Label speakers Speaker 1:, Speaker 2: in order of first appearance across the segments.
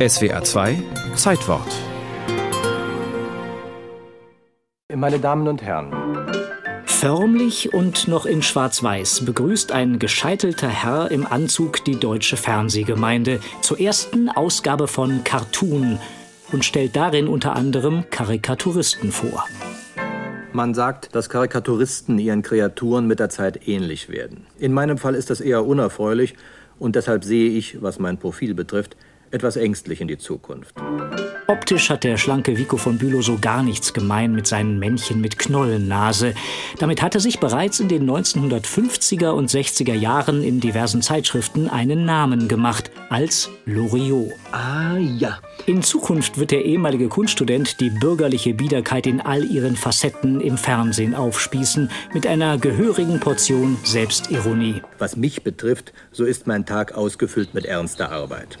Speaker 1: SWR 2 Zeitwort.
Speaker 2: Meine Damen und Herren,
Speaker 3: Förmlich und noch in Schwarz-Weiß begrüßt ein gescheitelter Herr im Anzug die deutsche Fernsehgemeinde zur ersten Ausgabe von Cartoon und stellt darin unter anderem Karikaturisten vor.
Speaker 2: man sagt, dass Karikaturisten ihren Kreaturen mit der Zeit ähnlich werden. In meinem Fall ist das eher unerfreulich und deshalb sehe ich, was mein Profil betrifft, etwas ängstlich in die Zukunft.
Speaker 3: Optisch hat der schlanke Vico von Bülow so gar nichts gemein mit seinen Männchen mit Knollennase. Damit hat er sich bereits in den 1950er und 60er Jahren in diversen Zeitschriften einen Namen gemacht als Loriot.
Speaker 2: Ah ja,
Speaker 3: In Zukunft wird der ehemalige Kunststudent die bürgerliche Biederkeit in all ihren Facetten im Fernsehen aufspießen, mit einer gehörigen Portion Selbstironie.
Speaker 2: Was mich betrifft, so ist mein Tag ausgefüllt mit ernster Arbeit.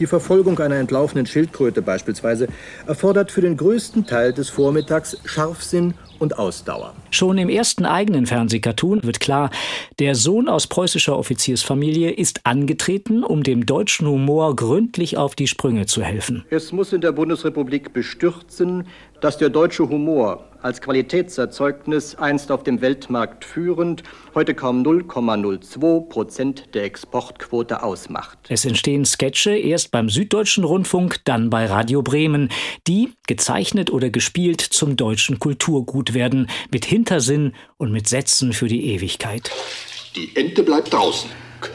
Speaker 2: Die Verfolgung einer entlaufenen Schildkröte beispielsweise erfordert für den größten Teil des Vormittags Scharfsinn und Ausdauer.
Speaker 3: Schon im ersten eigenen Fernsehcartoon wird klar, der Sohn aus preußischer Offiziersfamilie ist angetreten, um dem deutschen Humor gründlich auf die Sprünge zu helfen.
Speaker 2: Es muss in der Bundesrepublik bestürzen, dass der deutsche Humor als Qualitätserzeugnis einst auf dem Weltmarkt führend heute kaum 0,02 Prozent der Exportquote ausmacht.
Speaker 3: Es entstehen Sketche erst beim Süddeutschen Rundfunk, dann bei Radio Bremen, die, gezeichnet oder gespielt, zum deutschen Kulturgut werden, mit Hintersinn und mit Sätzen für die Ewigkeit.
Speaker 4: Die Ente bleibt draußen.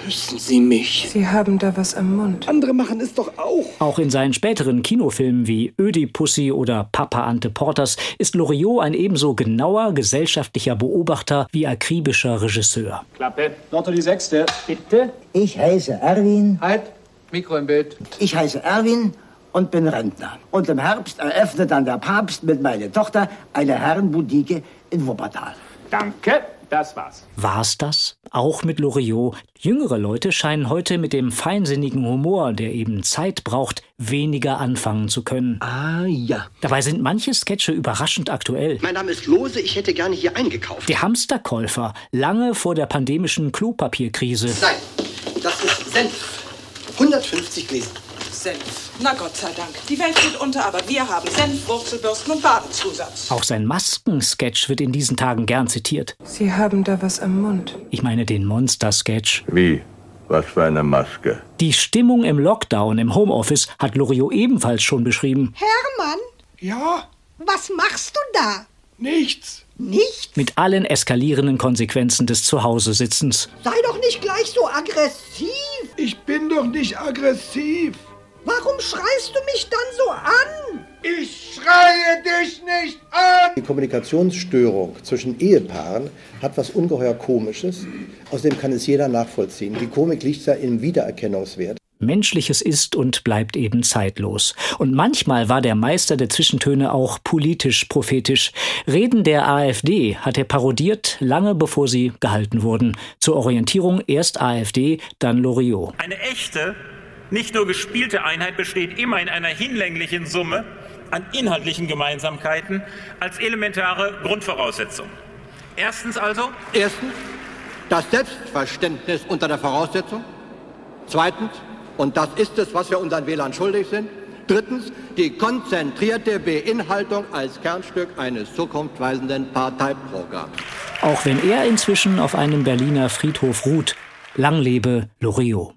Speaker 4: Küssen Sie mich.
Speaker 5: Sie haben da was am Mund.
Speaker 4: Andere machen es doch auch.
Speaker 3: Auch in seinen späteren Kinofilmen wie Ödipussy oder Papa Ante Porters ist Loriot ein ebenso genauer gesellschaftlicher Beobachter wie akribischer Regisseur.
Speaker 6: Klappe. Lotto die Sechste. Bitte.
Speaker 7: Ich heiße Erwin,
Speaker 6: Halt. Mikro im Bild.
Speaker 7: ich heiße Erwin und bin Rentner. Und im Herbst eröffnet dann der Papst mit meiner Tochter eine Herrenboutique in Wuppertal.
Speaker 6: Danke. Das war's.
Speaker 3: War's das? Auch mit Loriot. Jüngere Leute scheinen heute mit dem feinsinnigen Humor, der eben Zeit braucht, weniger anfangen zu können.
Speaker 2: Ah ja.
Speaker 3: Dabei sind manche Sketche überraschend aktuell.
Speaker 4: Mein Name ist Lose, ich hätte gerne hier eingekauft.
Speaker 3: Der Hamsterkäufer, lange vor der pandemischen Klopapierkrise.
Speaker 4: Nein, das ist Senf. 150 Gläser.
Speaker 8: Senf. Na Gott sei Dank. Die Welt geht unter, aber wir haben Senf, Wurzelbürsten und Badenzusatz.
Speaker 3: Auch sein Masken-Sketch wird in diesen Tagen gern zitiert.
Speaker 5: Sie haben da was am Mund.
Speaker 3: Ich meine den Monster-Sketch.
Speaker 9: Wie? Was für eine Maske?
Speaker 3: Die Stimmung im Lockdown, im Homeoffice, hat Loriot ebenfalls schon beschrieben.
Speaker 10: Hermann,
Speaker 4: Ja,
Speaker 10: was machst du da?
Speaker 4: nichts.
Speaker 10: Nicht?
Speaker 3: Mit allen eskalierenden Konsequenzen des Zuhausesitzens.
Speaker 10: Sei doch nicht gleich so aggressiv.
Speaker 4: Ich bin doch nicht aggressiv.
Speaker 10: Warum schreist du mich dann so an?
Speaker 4: Ich schreie dich nicht an.
Speaker 11: Die Kommunikationsstörung zwischen Ehepaaren hat was ungeheuer Komisches. Außerdem kann es jeder nachvollziehen. Die Komik liegt da im Wiedererkennungswert.
Speaker 3: Menschliches ist und bleibt eben zeitlos. Und manchmal war der Meister der Zwischentöne auch politisch prophetisch. Reden der AfD hat er parodiert, lange bevor sie gehalten wurden. Zur Orientierung erst AfD, dann Loriot.
Speaker 12: Eine echte, nicht nur gespielte Einheit besteht immer in einer hinlänglichen Summe an inhaltlichen Gemeinsamkeiten als elementare Grundvoraussetzung. Erstens also,
Speaker 2: Erstens, das Selbstverständnis unter der Voraussetzung. Zweitens, und das ist es, was wir unseren Wählern schuldig sind. Drittens, die konzentrierte Beinhaltung als Kernstück eines zukunftsweisenden Parteiprogramms.
Speaker 3: Auch wenn er inzwischen auf einem Berliner Friedhof ruht. Lang lebe Loriot.